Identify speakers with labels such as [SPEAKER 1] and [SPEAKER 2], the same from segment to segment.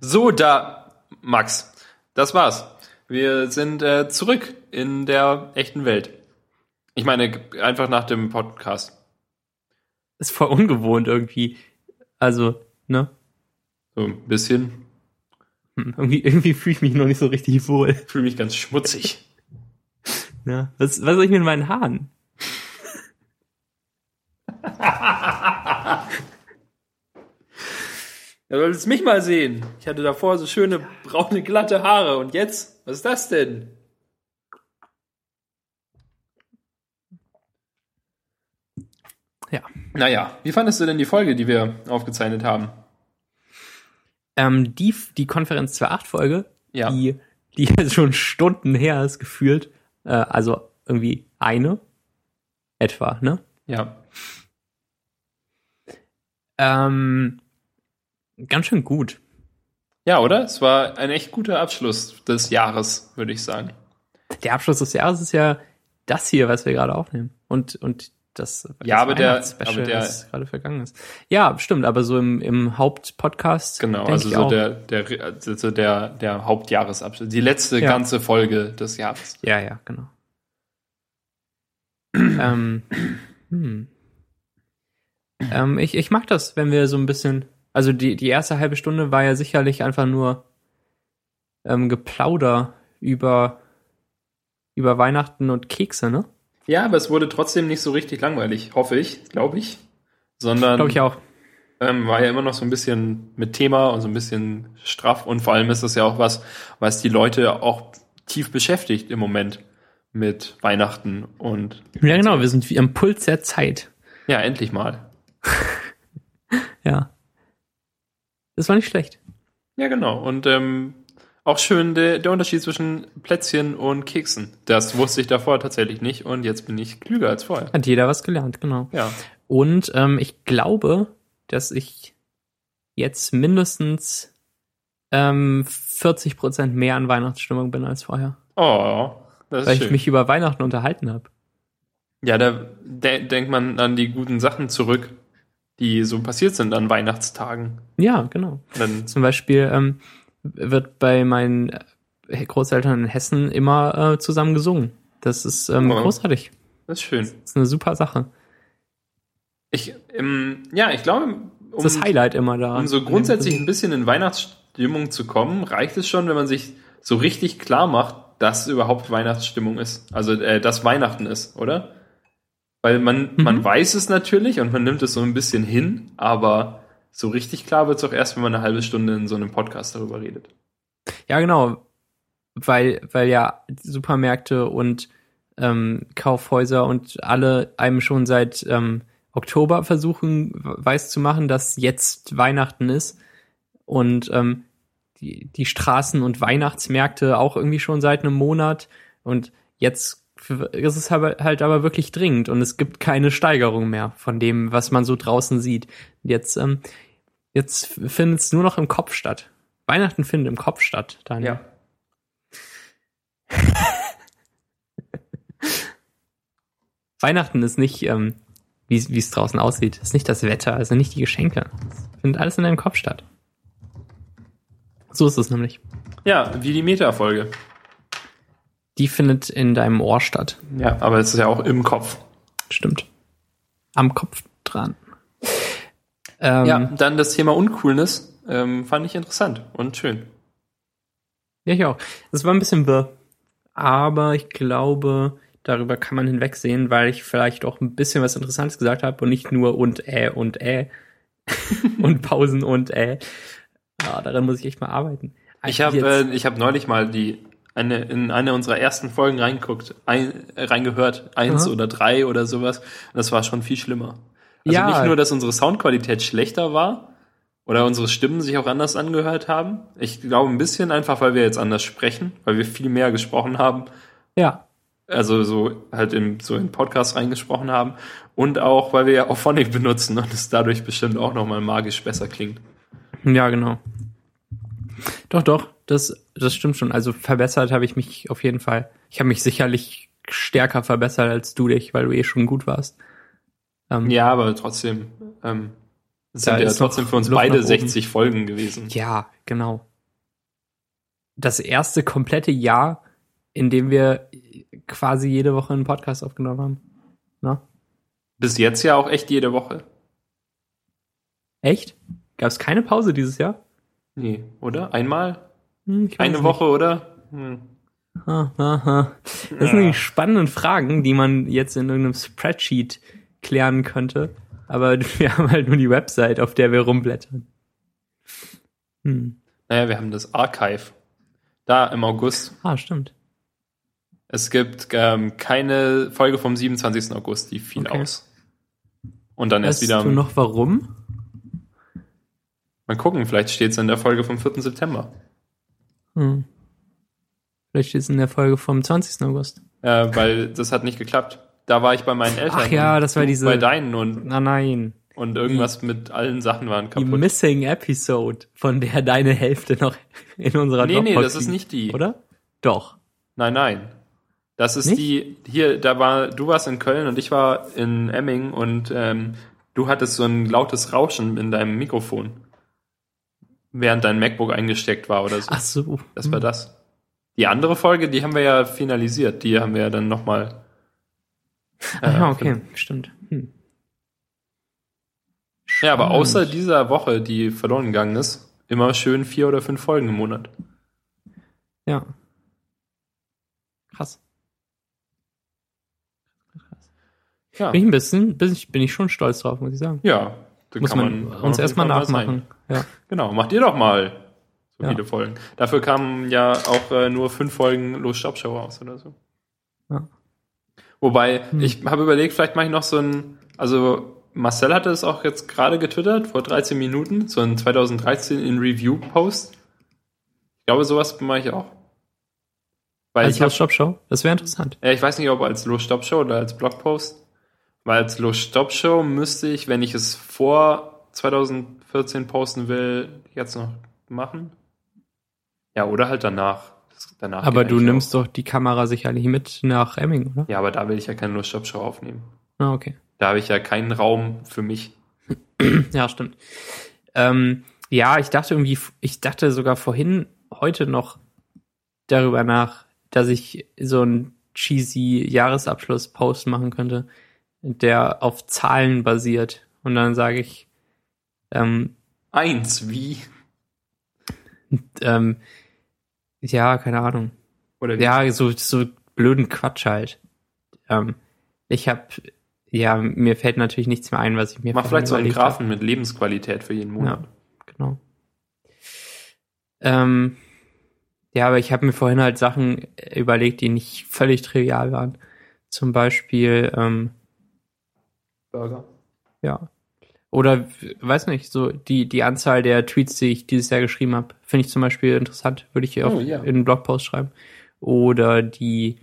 [SPEAKER 1] So, da, Max, das war's. Wir sind äh, zurück in der echten Welt. Ich meine, g- einfach nach dem Podcast.
[SPEAKER 2] Ist voll ungewohnt irgendwie. Also, ne?
[SPEAKER 1] So ein bisschen.
[SPEAKER 2] Hm, Irgendwie, irgendwie fühle ich mich noch nicht so richtig wohl.
[SPEAKER 1] Ich fühle mich ganz schmutzig.
[SPEAKER 2] Ja. Was, was soll ich mit meinen Haaren?
[SPEAKER 1] Du solltest mich mal sehen. Ich hatte davor so schöne braune, glatte Haare. Und jetzt? Was ist das denn?
[SPEAKER 2] Ja.
[SPEAKER 1] Naja, wie fandest du denn die Folge, die wir aufgezeichnet haben?
[SPEAKER 2] Ähm, die, die Konferenz 2.8-Folge,
[SPEAKER 1] Ja.
[SPEAKER 2] die, die jetzt schon Stunden her ist, gefühlt, äh, also irgendwie eine etwa, ne?
[SPEAKER 1] Ja.
[SPEAKER 2] Ähm, ganz schön gut.
[SPEAKER 1] Ja, oder? Es war ein echt guter Abschluss des Jahres, würde ich sagen.
[SPEAKER 2] Der Abschluss des Jahres ist ja das hier, was wir gerade aufnehmen. Und, und das,
[SPEAKER 1] Ja,
[SPEAKER 2] das
[SPEAKER 1] aber der-
[SPEAKER 2] Weihnachtsspecial,
[SPEAKER 1] aber der-
[SPEAKER 2] das gerade vergangen ist. Ja, stimmt, aber so im, im Hauptpodcast.
[SPEAKER 1] Genau,
[SPEAKER 2] denke
[SPEAKER 1] also
[SPEAKER 2] ich
[SPEAKER 1] so
[SPEAKER 2] auch.
[SPEAKER 1] der, der, also so der, der Hauptjahresabschluss, die letzte
[SPEAKER 2] Ja.
[SPEAKER 1] ganze Folge des Jahres.
[SPEAKER 2] Ja, ja, genau. ähm, hm. ähm, ich, ich mag das, wenn wir so ein bisschen. Also die, die erste halbe Stunde war ja sicherlich einfach nur ähm, Geplauder über, über Weihnachten und Kekse, ne?
[SPEAKER 1] Ja, aber es wurde trotzdem nicht so richtig langweilig, hoffe ich, glaube ich. Sondern
[SPEAKER 2] Glaube ich auch.
[SPEAKER 1] Ähm, war ja immer noch so ein bisschen mit Thema und so ein bisschen straff und vor allem ist das ja auch was, was die Leute auch tief beschäftigt im Moment mit Weihnachten und
[SPEAKER 2] Ja, genau, wir sind wie am Puls der Zeit.
[SPEAKER 1] ja, endlich mal.
[SPEAKER 2] Ja. Das war nicht schlecht.
[SPEAKER 1] Ja, genau. Und ähm, auch schön der, der Unterschied zwischen Plätzchen und Keksen. Das wusste ich davor tatsächlich nicht und jetzt bin ich klüger als vorher.
[SPEAKER 2] Hat jeder was gelernt, genau.
[SPEAKER 1] Ja.
[SPEAKER 2] Und ähm, ich glaube, dass ich jetzt mindestens ähm, 40% mehr an Weihnachtsstimmung bin als vorher,
[SPEAKER 1] Oh, das
[SPEAKER 2] weil
[SPEAKER 1] ist
[SPEAKER 2] ich
[SPEAKER 1] schön.
[SPEAKER 2] mich über Weihnachten unterhalten habe.
[SPEAKER 1] ja, da de denkt man an die guten Sachen zurück, die so passiert sind an Weihnachtstagen.
[SPEAKER 2] Ja, genau.
[SPEAKER 1] Und dann
[SPEAKER 2] Zum Beispiel ähm, wird bei meinen äh, Großeltern in Hessen immer äh, zusammen gesungen. Das ist ähm,
[SPEAKER 1] Wow.
[SPEAKER 2] großartig.
[SPEAKER 1] das ist schön.
[SPEAKER 2] Das ist eine super Sache.
[SPEAKER 1] Ich, ähm, ja, ich glaube, um,
[SPEAKER 2] Das ist das Highlight immer da.
[SPEAKER 1] um so grundsätzlich ein bisschen in Weihnachtsstimmung zu kommen, reicht es schon, wenn man sich so richtig klar macht, dass überhaupt Weihnachtsstimmung ist. Also, äh, dass Weihnachten ist, oder? Weil man, man weiß es natürlich und man nimmt es so ein bisschen hin, aber so richtig klar wird es auch erst, wenn man eine halbe Stunde in so einem Podcast darüber redet.
[SPEAKER 2] Ja, genau. Weil, weil ja Supermärkte und ähm, Kaufhäuser und alle einem schon seit ähm, Oktober versuchen, weiß zu machen, dass jetzt Weihnachten ist. Und ähm, die, die Straßen und Weihnachtsmärkte auch irgendwie schon seit einem Monat. Und jetzt ist es aber- halt aber wirklich dringend und es gibt keine Steigerung mehr von dem, was man so draußen sieht. Jetzt, ähm, jetzt findet es nur noch im Kopf statt. Weihnachten findet im Kopf statt, Daniel. Weihnachten ist nicht, ähm, wie es wie es draußen aussieht, ist nicht das Wetter, also nicht die Geschenke. Es findet alles in deinem Kopf statt. So ist es nämlich.
[SPEAKER 1] Ja, wie die Meta-Folge.
[SPEAKER 2] Die findet in deinem Ohr statt.
[SPEAKER 1] Ja, aber es ist ja auch im Kopf.
[SPEAKER 2] Stimmt. Am Kopf dran. Ähm,
[SPEAKER 1] Ja,
[SPEAKER 2] ja.
[SPEAKER 1] dann das Thema Uncoolness ähm, fand ich interessant und schön.
[SPEAKER 2] ich auch. Es war ein bisschen wirr. Aber ich glaube, darüber kann man hinwegsehen, weil ich vielleicht auch ein bisschen was Interessantes gesagt habe und nicht nur und äh und äh und Pausen und äh. Ja, daran muss ich echt mal arbeiten. Also
[SPEAKER 1] Ich habe
[SPEAKER 2] Jetzt-
[SPEAKER 1] äh, ich hab neulich mal die eine, in eine unserer ersten Folgen reinguckt, ein, äh, reingehört, eins
[SPEAKER 2] Aha.
[SPEAKER 1] oder drei oder sowas. Das war schon viel schlimmer. Also
[SPEAKER 2] Ja.
[SPEAKER 1] nicht nur, dass unsere Soundqualität schlechter war oder unsere Stimmen sich auch anders angehört haben. Ich glaube ein bisschen einfach, weil wir jetzt anders sprechen, weil wir viel mehr gesprochen haben.
[SPEAKER 2] Ja,
[SPEAKER 1] Also so halt im, so in Podcast reingesprochen haben. Und auch, weil wir ja Auphonic benutzen und es dadurch bestimmt auch nochmal magisch besser klingt.
[SPEAKER 2] ja, genau. Doch, doch, das, das stimmt schon. Also verbessert habe ich mich auf jeden Fall. Ich habe mich sicherlich stärker verbessert als du dich, weil du eh schon gut warst. Ähm,
[SPEAKER 1] Ja, aber trotzdem ähm,
[SPEAKER 2] Da
[SPEAKER 1] sind ja
[SPEAKER 2] ist noch
[SPEAKER 1] trotzdem für uns
[SPEAKER 2] Luft nach
[SPEAKER 1] beide
[SPEAKER 2] oben.
[SPEAKER 1] 60 Folgen gewesen.
[SPEAKER 2] ja, genau. das erste komplette Jahr, in dem wir quasi jede Woche einen Podcast aufgenommen haben. Na?
[SPEAKER 1] Bis jetzt ja auch echt jede Woche.
[SPEAKER 2] Echt? Gab es keine Pause dieses Jahr?
[SPEAKER 1] Nee, oder? Einmal?
[SPEAKER 2] Hm, ich weiß
[SPEAKER 1] Eine
[SPEAKER 2] nicht.
[SPEAKER 1] Woche, oder? Hm.
[SPEAKER 2] Ah, ah, ah. Das sind
[SPEAKER 1] Ja.
[SPEAKER 2] die spannenden Fragen, die man jetzt in irgendeinem Spreadsheet klären könnte. Aber wir haben halt nur die Website, auf der wir rumblättern. Hm.
[SPEAKER 1] Naja, wir haben das Archive. Da im August.
[SPEAKER 2] Ah, stimmt.
[SPEAKER 1] Es gibt ähm, keine Folge vom 27. August, die fiel
[SPEAKER 2] Okay.
[SPEAKER 1] aus. Und dann erst
[SPEAKER 2] Weißt
[SPEAKER 1] wieder.
[SPEAKER 2] du noch warum?
[SPEAKER 1] Mal gucken, vielleicht steht es in der Folge vom 4. September.
[SPEAKER 2] Hm. Vielleicht steht es in der Folge vom 20. August.
[SPEAKER 1] Äh, weil das hat nicht geklappt. Da war ich bei meinen Eltern.
[SPEAKER 2] Ach ja,
[SPEAKER 1] und
[SPEAKER 2] das war
[SPEAKER 1] du
[SPEAKER 2] diese-
[SPEAKER 1] Bei deinen und,
[SPEAKER 2] Na nein.
[SPEAKER 1] und irgendwas mit allen Sachen waren
[SPEAKER 2] Die
[SPEAKER 1] kaputt.
[SPEAKER 2] Missing Episode, von der deine Hälfte noch in unserer
[SPEAKER 1] Nee, nee,
[SPEAKER 2] Dropbox
[SPEAKER 1] das ist nicht
[SPEAKER 2] liegt,
[SPEAKER 1] die.
[SPEAKER 2] Oder? Doch.
[SPEAKER 1] Nein, nein. Das ist
[SPEAKER 2] Nicht?
[SPEAKER 1] die, hier, da war, du warst in Köln und ich war in Emming und ähm, du hattest so ein lautes Rauschen in deinem Mikrofon, während dein MacBook eingesteckt war oder so.
[SPEAKER 2] Ach so.
[SPEAKER 1] Das war das. Die andere Folge, die haben wir ja finalisiert, die haben wir ja dann nochmal. äh,
[SPEAKER 2] Ah, ja, okay, stimmt. Hm.
[SPEAKER 1] Ja, aber
[SPEAKER 2] Spannend.
[SPEAKER 1] außer dieser Woche, die verloren gegangen ist, immer schön vier oder fünf Folgen im Monat.
[SPEAKER 2] Ja. Krass.
[SPEAKER 1] Ja,
[SPEAKER 2] Bin ich ein bisschen, bin ich, bin ich schon stolz drauf, muss ich sagen.
[SPEAKER 1] ja da
[SPEAKER 2] Muss man, uns erstmal
[SPEAKER 1] auf jeden Fall sein.
[SPEAKER 2] nachmachen. Ja.
[SPEAKER 1] Genau, macht ihr doch mal so
[SPEAKER 2] Ja.
[SPEAKER 1] viele Folgen. Dafür kamen ja auch äh, nur fünf Folgen Los Stabschau aus oder so.
[SPEAKER 2] Ja.
[SPEAKER 1] Wobei,
[SPEAKER 2] Hm.
[SPEAKER 1] ich habe überlegt, vielleicht mache ich noch so ein, also Marcel hatte es auch jetzt gerade getwittert, vor 13 Minuten, so ein 2013 in Review-Post. Ich glaube, sowas mache ich auch. Weil
[SPEAKER 2] Als
[SPEAKER 1] ich, hab,
[SPEAKER 2] Last Stop Show. Das wäre interessant.
[SPEAKER 1] ja, ich weiß nicht, ob als Los Stabschau oder als Blogpost. Weil als Los Stabschau müsste ich, wenn ich es vor 2014 posten will, jetzt noch machen. Ja, oder halt danach. Das- danach
[SPEAKER 2] Aber
[SPEAKER 1] geht
[SPEAKER 2] du
[SPEAKER 1] eigentlich
[SPEAKER 2] nimmst doch die Kamera sicherlich mit nach Emming, oder?
[SPEAKER 1] Auch. Ja, aber da will ich ja keine Los Stabschau aufnehmen.
[SPEAKER 2] Ah, okay.
[SPEAKER 1] Da habe ich ja keinen Raum für mich.
[SPEAKER 2] Ja, stimmt. Ähm, ja, ich dachte irgendwie, ich dachte sogar vorhin, heute noch darüber nach, dass ich so einen cheesy Jahresabschluss-Post machen könnte, der auf Zahlen basiert. Und dann sage ich, ähm,
[SPEAKER 1] Eins, wie?
[SPEAKER 2] ähm, ja, keine Ahnung.
[SPEAKER 1] Oder wie?
[SPEAKER 2] Ja, so, so blöden Quatsch halt. Ähm, ich habe, ja, mir fällt natürlich nichts mehr ein, was ich mir
[SPEAKER 1] Mach
[SPEAKER 2] vorhin
[SPEAKER 1] vielleicht so einen
[SPEAKER 2] überlegt hab.
[SPEAKER 1] Graphen mit Lebensqualität für jeden Monat.
[SPEAKER 2] Ja, genau. Ähm, ja, aber ich habe mir vorhin halt Sachen überlegt, die nicht völlig trivial waren. Zum Beispiel, ähm,
[SPEAKER 1] Burger.
[SPEAKER 2] ja. Oder, weiß nicht, so die, die Anzahl der Tweets, die ich dieses Jahr geschrieben habe, finde ich zum Beispiel interessant. Würde ich hier
[SPEAKER 1] Oh,
[SPEAKER 2] auch
[SPEAKER 1] ja.
[SPEAKER 2] in einen Blogpost schreiben. Oder die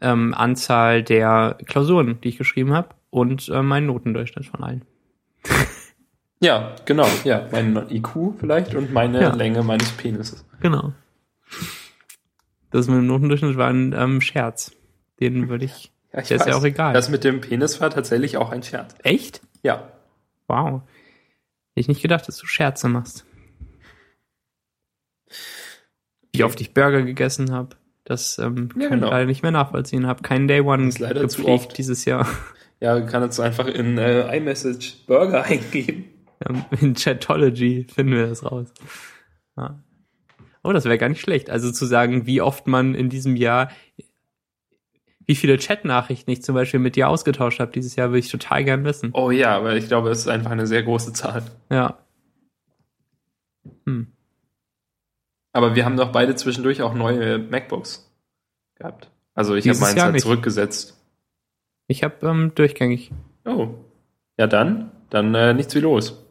[SPEAKER 2] ähm, Anzahl der Klausuren, die ich geschrieben habe und äh, meinen Notendurchschnitt von allen.
[SPEAKER 1] Ja, genau. Ja, mein IQ vielleicht und meine
[SPEAKER 2] Ja.
[SPEAKER 1] Länge meines Penises.
[SPEAKER 2] Genau. Das mit dem Notendurchschnitt war ein ähm, Scherz. Den würde ich.
[SPEAKER 1] Ja, ich
[SPEAKER 2] Der ist
[SPEAKER 1] weiß.
[SPEAKER 2] ja auch egal.
[SPEAKER 1] Das mit dem Penis war tatsächlich auch ein Scherz.
[SPEAKER 2] Echt?
[SPEAKER 1] Ja.
[SPEAKER 2] Wow. Hätte ich nicht gedacht, dass du Scherze machst. Wie oft ich Burger gegessen habe, das ähm,
[SPEAKER 1] Ja,
[SPEAKER 2] kann
[SPEAKER 1] genau.
[SPEAKER 2] ich leider nicht mehr nachvollziehen. Habe keinen Day One
[SPEAKER 1] ist leider zu oft.
[SPEAKER 2] dieses Jahr.
[SPEAKER 1] Ja, man kann jetzt einfach in äh, iMessage Burger eingeben.
[SPEAKER 2] Ähm, In Chatology finden wir das raus. Ja. Oh, das wäre gar nicht schlecht. Also zu sagen, wie oft man in diesem Jahr, wie viele Chatnachrichten ich zum Beispiel mit dir ausgetauscht habe dieses Jahr, würde ich total gern wissen.
[SPEAKER 1] Oh ja, aber ich glaube, es ist einfach eine sehr große Zahl.
[SPEAKER 2] Ja. Hm.
[SPEAKER 1] Aber wir haben doch beide zwischendurch auch neue MacBooks gehabt. Also ich habe
[SPEAKER 2] Dieses
[SPEAKER 1] meins
[SPEAKER 2] Jahr
[SPEAKER 1] halt
[SPEAKER 2] nicht.
[SPEAKER 1] zurückgesetzt.
[SPEAKER 2] Ich habe ähm, durchgängig.
[SPEAKER 1] Oh. Ja, dann, dann äh, nichts wie los.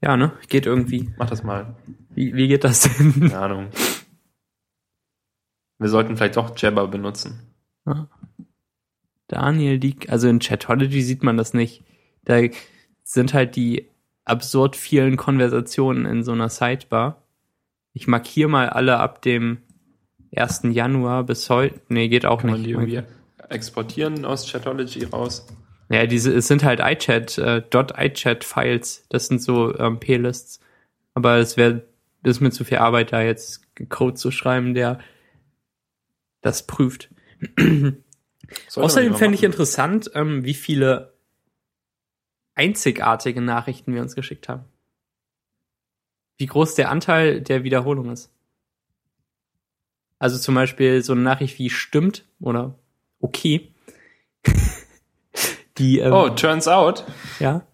[SPEAKER 2] Ja, ne? Geht irgendwie.
[SPEAKER 1] Mach das mal.
[SPEAKER 2] Wie, wie geht das denn?
[SPEAKER 1] Keine Ahnung. Wir sollten vielleicht doch Jabber benutzen.
[SPEAKER 2] Daniel Leak, also in Chatology sieht man das nicht. Da sind halt die absurd vielen Konversationen in so einer Sidebar. Ich markiere mal alle ab dem 1. Januar bis heute. Nee, geht auch
[SPEAKER 1] Kann man
[SPEAKER 2] nicht.
[SPEAKER 1] die irgendwie exportieren aus Chatology raus?
[SPEAKER 2] Ja, diese, es sind halt iChat, äh, .iChat-Files. Das sind so ähm, P-Lists. Aber es wäre das ist mir zu viel Arbeit, da jetzt Code zu schreiben, der das prüft.
[SPEAKER 1] Sollte
[SPEAKER 2] Außerdem
[SPEAKER 1] man
[SPEAKER 2] fände ich
[SPEAKER 1] mal machen.
[SPEAKER 2] interessant, ähm, wie viele einzigartige Nachrichten wir uns geschickt haben. Wie groß der Anteil der Wiederholung ist. Also zum Beispiel so eine Nachricht wie stimmt oder okay. Die, ähm,
[SPEAKER 1] Oh, turns out,
[SPEAKER 2] ja.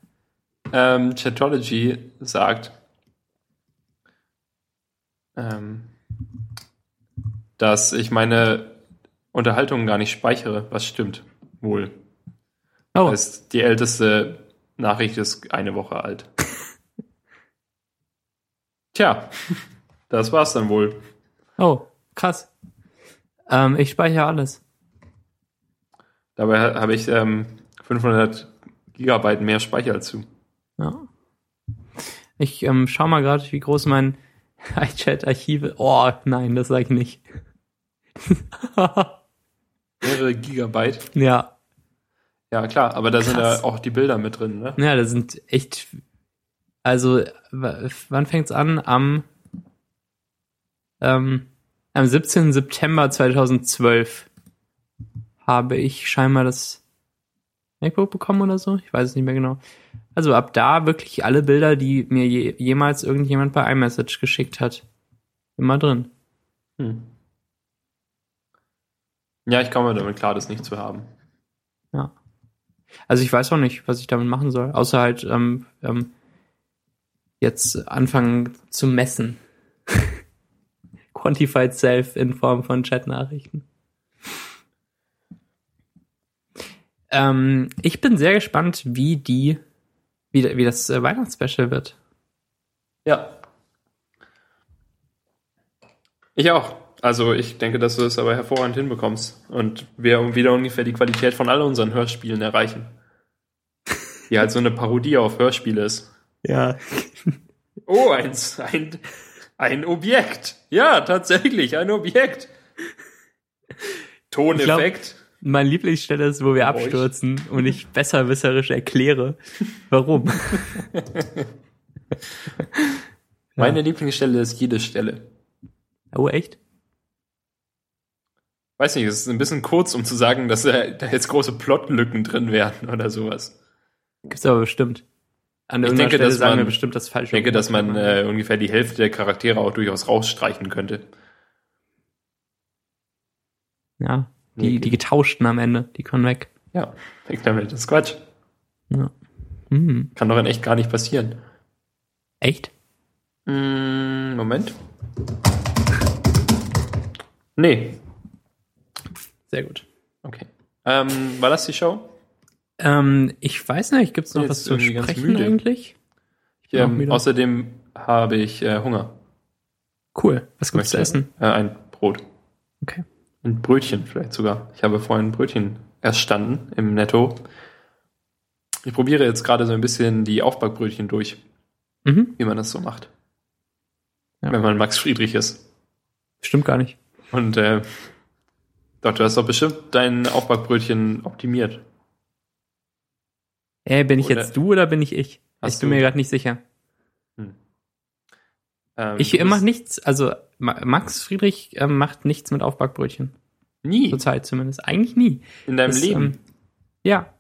[SPEAKER 1] ähm, Chatology sagt, ähm, dass ich meine Unterhaltungen gar nicht speichere, was stimmt wohl.
[SPEAKER 2] Oh,
[SPEAKER 1] Heißt, die älteste Nachricht ist eine Woche alt. Tja, das war's dann wohl.
[SPEAKER 2] oh, krass. Ähm, ich speichere alles.
[SPEAKER 1] Dabei ha- habe ich ähm, 500 Gigabyte mehr Speicher als du.
[SPEAKER 2] Ja. Ich ähm, schau mal gerade, wie groß mein iChat-Archive. Oh, nein, das sag ich nicht.
[SPEAKER 1] Mehrere Gigabyte.
[SPEAKER 2] ja,
[SPEAKER 1] Ja, klar, aber da sind
[SPEAKER 2] Krass.
[SPEAKER 1] ja auch die Bilder mit drin, ne?
[SPEAKER 2] ja, das sind echt. Also, w- wann fängt's an? Am, ähm, am 17. September 2012 habe ich scheinbar das MacBook bekommen oder so. Ich weiß es nicht mehr genau. Also ab da wirklich alle Bilder, die mir je, jemals irgendjemand bei iMessage geschickt hat. Immer drin.
[SPEAKER 1] Hm. Ja, ich komme damit klar, das nicht zu haben.
[SPEAKER 2] Also ich weiß auch nicht, was ich damit machen soll, außer halt ähm, ähm, jetzt anfangen zu messen. Quantified Self in Form von Chatnachrichten. Ähm, ich bin sehr gespannt, wie die, wie, wie das äh, Weihnachtsspecial wird.
[SPEAKER 1] Ja. Ich auch. Also ich denke, dass du es aber hervorragend hinbekommst und wir um wieder ungefähr die Qualität von all unseren Hörspielen erreichen. Die halt so eine Parodie auf Hörspiele ist.
[SPEAKER 2] Ja.
[SPEAKER 1] Oh, ein, ein, ein Objekt. Ja, tatsächlich, ein Objekt. Toneffekt.
[SPEAKER 2] Meine Lieblingsstelle ist, wo wir
[SPEAKER 1] Geräusch.
[SPEAKER 2] abstürzen und ich besserwisserisch erkläre, warum.
[SPEAKER 1] Meine Lieblingsstelle ist jede Stelle.
[SPEAKER 2] Oh, echt?
[SPEAKER 1] Weiß nicht, es ist ein bisschen kurz, um zu sagen, dass da da jetzt große Plotlücken drin wären oder sowas.
[SPEAKER 2] Gibt's aber bestimmt. An
[SPEAKER 1] Ich
[SPEAKER 2] irgendeiner
[SPEAKER 1] denke,
[SPEAKER 2] Stelle
[SPEAKER 1] dass
[SPEAKER 2] sagen
[SPEAKER 1] man-
[SPEAKER 2] wir bestimmt das falsche.
[SPEAKER 1] Ich denke, dass man äh, ungefähr die Hälfte der Charaktere auch durchaus rausstreichen könnte.
[SPEAKER 2] ja, die, die getauschten am Ende, die können weg.
[SPEAKER 1] Ja, weg damit, das ist Quatsch.
[SPEAKER 2] Hm,
[SPEAKER 1] Kann doch in echt gar nicht passieren.
[SPEAKER 2] echt?
[SPEAKER 1] Mm, Moment. Nee,
[SPEAKER 2] Sehr gut.
[SPEAKER 1] okay. Ähm, war das die Show?
[SPEAKER 2] Ähm, ich weiß nicht, gibt's noch
[SPEAKER 1] Jetzt
[SPEAKER 2] was zu
[SPEAKER 1] irgendwie ganz
[SPEAKER 2] sprechen
[SPEAKER 1] müde.
[SPEAKER 2] eigentlich? Ich bin auch
[SPEAKER 1] Ähm,
[SPEAKER 2] müde.
[SPEAKER 1] außerdem habe ich äh, Hunger.
[SPEAKER 2] cool. Was gibt's
[SPEAKER 1] Möchte
[SPEAKER 2] zu essen?
[SPEAKER 1] Äh, ein Brot.
[SPEAKER 2] Okay.
[SPEAKER 1] Ein Brötchen vielleicht sogar. Ich habe vorhin ein Brötchen erstanden im Netto. Ich probiere jetzt gerade so ein bisschen die Aufbackbrötchen durch,
[SPEAKER 2] Mhm.
[SPEAKER 1] wie man das so macht.
[SPEAKER 2] Ja.
[SPEAKER 1] Wenn man Max Friedrich ist.
[SPEAKER 2] Stimmt gar nicht.
[SPEAKER 1] Und äh, doch, du hast doch bestimmt dein Aufbackbrötchen optimiert.
[SPEAKER 2] Ey, Äh, bin ich
[SPEAKER 1] Oder-
[SPEAKER 2] jetzt du oder bin ich ich?
[SPEAKER 1] Hast
[SPEAKER 2] ich bin
[SPEAKER 1] du-
[SPEAKER 2] mir gerade nicht sicher.
[SPEAKER 1] Ähm,
[SPEAKER 2] Ich
[SPEAKER 1] du bist-
[SPEAKER 2] mache nichts, also Ma- Max Friedrich ähm, macht nichts mit Aufbackbrötchen.
[SPEAKER 1] nie
[SPEAKER 2] Zurzeit zumindest. Eigentlich nie.
[SPEAKER 1] in deinem
[SPEAKER 2] Das,
[SPEAKER 1] Äh, Leben.
[SPEAKER 2] ähm, ja.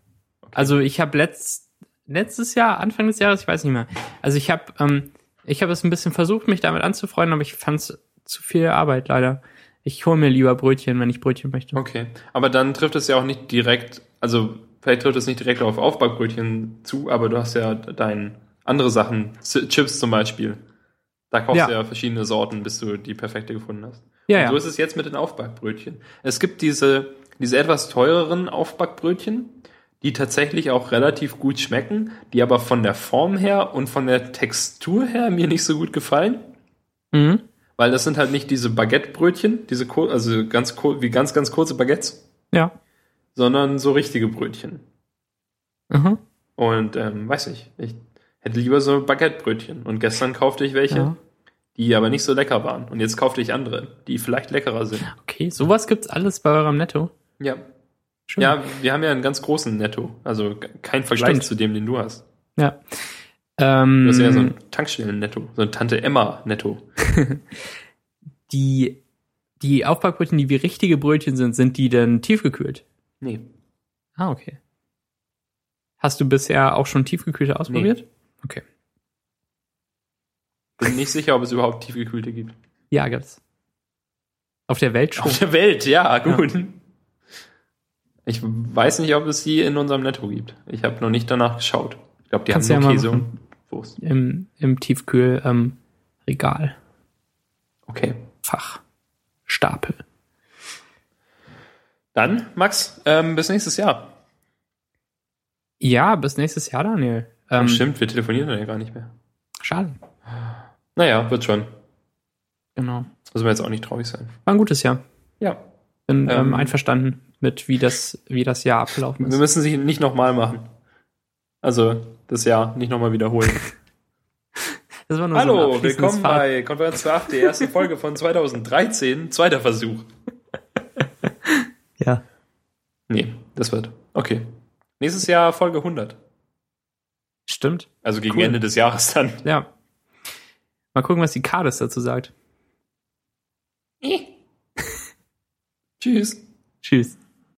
[SPEAKER 2] Also ich habe letzt, letztes Jahr, Anfang des Jahres, ich weiß nicht mehr. Also ich habe ähm, ich habe es ein bisschen versucht, mich damit anzufreunden, aber ich fand es zu viel Arbeit leider. Ich hole mir lieber Brötchen, wenn ich Brötchen möchte.
[SPEAKER 1] Okay, aber dann trifft es ja auch nicht direkt, also vielleicht trifft es nicht direkt auf Aufbackbrötchen zu, aber du hast ja dein andere Sachen, Z- Chips zum Beispiel. Da kaufst
[SPEAKER 2] Ja.
[SPEAKER 1] du ja verschiedene Sorten, bis du die perfekte gefunden hast.
[SPEAKER 2] Ja,
[SPEAKER 1] Und
[SPEAKER 2] ja.
[SPEAKER 1] so ist es jetzt mit den Aufbackbrötchen. Es gibt diese, diese etwas teureren Aufbackbrötchen, die tatsächlich auch relativ gut schmecken, die aber von der Form her und von der Textur her mir nicht so gut gefallen.
[SPEAKER 2] Mhm.
[SPEAKER 1] Weil das sind halt nicht diese Baguette-Brötchen, diese, kur- also ganz, kur- wie ganz, ganz kurze Baguettes,
[SPEAKER 2] Ja.
[SPEAKER 1] sondern so richtige Brötchen.
[SPEAKER 2] Aha.
[SPEAKER 1] Und ähm, weiß nicht, ich hätte lieber so Baguette-Brötchen. Und gestern kaufte ich welche,
[SPEAKER 2] Ja.
[SPEAKER 1] die aber nicht so lecker waren. Und jetzt kaufte ich andere, die vielleicht leckerer sind.
[SPEAKER 2] Okay, sowas gibt's alles bei eurem Netto.
[SPEAKER 1] Ja.
[SPEAKER 2] Schön.
[SPEAKER 1] Ja, wir haben ja einen ganz großen Netto. Also g- kein Vergleich
[SPEAKER 2] Stimmt.
[SPEAKER 1] zu dem, den du hast.
[SPEAKER 2] ja. Ähm, Mm.
[SPEAKER 1] Du hast ja so ein Tankstellen-Netto, so ein Tante Emma-Netto.
[SPEAKER 2] die, die Aufbackbrötchen, die wie richtige Brötchen sind, sind die denn tiefgekühlt?
[SPEAKER 1] Nee.
[SPEAKER 2] Ah, okay. Hast du bisher auch schon tiefgekühlte ausprobiert? Okay.
[SPEAKER 1] Bin nicht sicher, ob es überhaupt tiefgekühlte gibt.
[SPEAKER 2] Ja, gibt's. Auf der Welt schon.
[SPEAKER 1] Auf der Welt, ja, gut. Ich weiß nicht, ob es die in unserem Netto gibt. Ich habe noch nicht danach geschaut. Ich glaube, die
[SPEAKER 2] Kannst
[SPEAKER 1] haben
[SPEAKER 2] du
[SPEAKER 1] nur
[SPEAKER 2] ja mal
[SPEAKER 1] Käse und Wurst.
[SPEAKER 2] Im, im Tiefkühlregal. Ähm, Regal.
[SPEAKER 1] Okay.
[SPEAKER 2] Fach. Stapel.
[SPEAKER 1] Dann, Max, ähm, bis nächstes Jahr.
[SPEAKER 2] Ja, bis nächstes Jahr, Daniel. Ähm,
[SPEAKER 1] Stimmt, wir telefonieren dann ja gar nicht mehr.
[SPEAKER 2] Schade.
[SPEAKER 1] Naja, wird schon.
[SPEAKER 2] Genau.
[SPEAKER 1] Müssen wir jetzt auch nicht traurig sein.
[SPEAKER 2] War ein gutes Jahr.
[SPEAKER 1] Ja.
[SPEAKER 2] Bin ähm,
[SPEAKER 1] Ähm.
[SPEAKER 2] einverstanden mit, wie das, wie das Jahr abgelaufen
[SPEAKER 1] Wir
[SPEAKER 2] ist.
[SPEAKER 1] müssen sie nicht nochmal machen. Also, das Jahr nicht nochmal wiederholen.
[SPEAKER 2] Das war nur so ein
[SPEAKER 1] Hallo,
[SPEAKER 2] abschließendes
[SPEAKER 1] willkommen
[SPEAKER 2] Fazit.
[SPEAKER 1] bei Konferenz 2 die erste Folge von 2013, zweiter Versuch.
[SPEAKER 2] Ja.
[SPEAKER 1] Nee, das wird. Okay. Nächstes Jahr Folge 100.
[SPEAKER 2] Stimmt.
[SPEAKER 1] Also gegen
[SPEAKER 2] Cool.
[SPEAKER 1] Ende des Jahres dann.
[SPEAKER 2] Ja. Mal gucken, was die Kades dazu sagt.
[SPEAKER 1] Tschüss.
[SPEAKER 2] Tschüss.